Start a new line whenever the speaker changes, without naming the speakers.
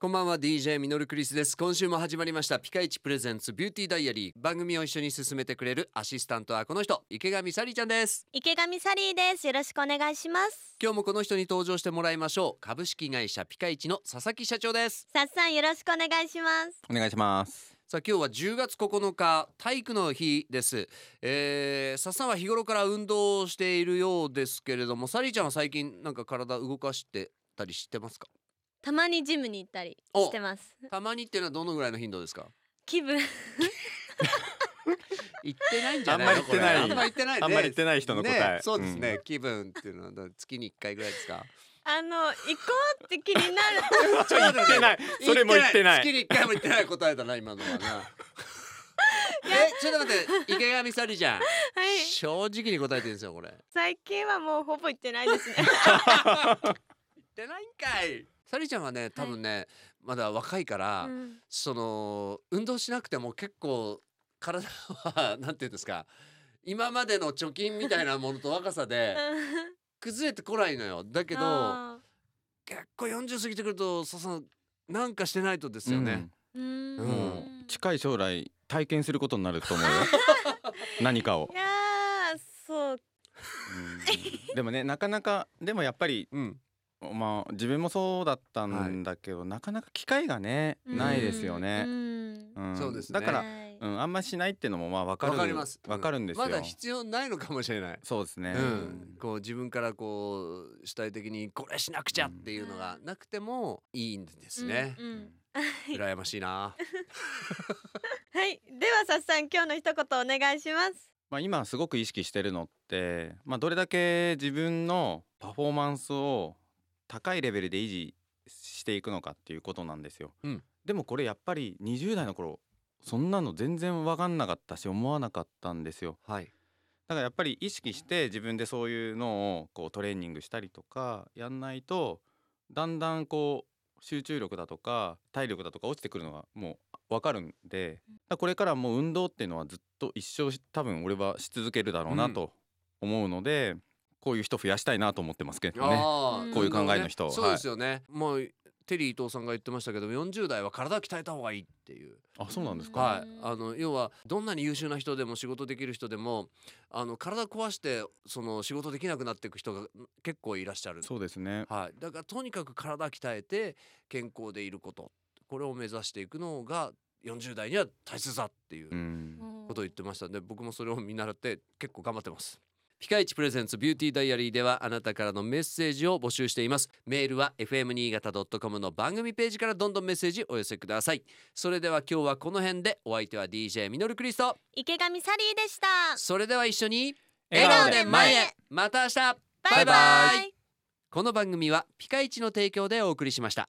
こんばんは DJ ミノルクリスです今週も始まりましたピカイチプレゼンツビューティーダイアリー番組を一緒に進めてくれるアシスタントはこの人池上沙里ちゃんです
池上サリーですよろしくお願いします
今日もこの人に登場してもらいましょう株式会社ピカイチの佐々木社長です
さっさんよろしくお願いします
お願いします。
さあ今日は10月9日体育の日です、えー、佐々さんは日頃から運動をしているようですけれども沙里ちゃんは最近なんか体動かしてたりしてますか
たまにジムに行ったりしてます
たまにっていうのはどのぐらいの頻度ですか
気分
行ってないんじゃないの
あんまり行ってない
これあんまり行ってない、ね、
あんまり言ってない人の答え。
ね、そうですね、気分っていうのはだ月に一回ぐらいです か
あの行こうって気になる
ちょ
うん。言ってない。それも言ってない。
月に一回も言ってない答えだな 今のはなえちょっと待って池上さりちゃん、
はい
正直に答えてるんですよこれ言っ
最近はもうほぼ行ってないです ね
てないんかいさりちゃんはね多分ね、まだ若いから、
うん
その運動しなくても結構体はなんていうんですか今までの貯金みたいなものと若さで崩れてこないのよだけど
あ
結構40過ぎてくるとささなんかしてないとですよね、
ーうーん
う
うん。うん近い将来体験することになる と思うよ。何かを
い。やーそう
でもねなかなかでもやっぱり
うん
まあ自分もそうだったんだけど、なかなか機会がね
うん
ないですよね
う。ん
ん
そうですね
だから、
はい
うんあんましないっていうのもまあわか
わ
る。
かります
わかるんですよ。
まだ必要ないのかもしれない、
そうですね。
うん、こう自分からこう主体的にこれしなくちゃっていうのがなくてもいいんですね、
うんうん
羨ましい な
はいではさっさん今日の一言お願いします
まあ、今すごく意識してるのって、まあ、どれだけ自分のパフォーマンスを高いレベルで維持していくのかっていうことなんですよ、
うん
でもこれやっぱり20代の頃そんなの全然分かんなかったし思わなかったんですよ
はい
だからやっぱり意識して自分でそういうのをこうトレーニングしたりとかやんないとだんだんこう集中力だとか体力だとか落ちてくるのがもう分かるんでだからこれからもう運動っていうのはずっと一生し多分俺はし続けるだろう
う
なんと思うので、こういう人増やしたいなと思ってますけどね。
あ
うん
ー
こういう
考えの人
なるほどねそうですよね、もうテリー伊藤さんが言ってましたけど40代は体鍛えた方がいいっていう、
あそうなんですか、
は
う
い
ん
あの要はどんなに優秀な人でも仕事できる人でもあの体壊してその仕事できなくなっていく人が結構いらっしゃる
そうですね
はい、だからとにかく体鍛えて健康でいることこれを目指していくのが40代には大切だっていう
う
うんことを言ってましたんで僕もそれを見習って結構頑張ってます。ピカイチプレゼンツビューティーダイアリーではあなたからのメッセージを募集しています。メールは fm 新潟 .com の番組ページからどんどんメッセージお寄せください。それでは今日はこの辺でお相手は DJ ミノルクリスト。
池上サリーでした
それでは一緒に
笑顔で前へ
また明日
バイバ
バイバ
イ
イこの番組はピカイチの提供でお送りしました。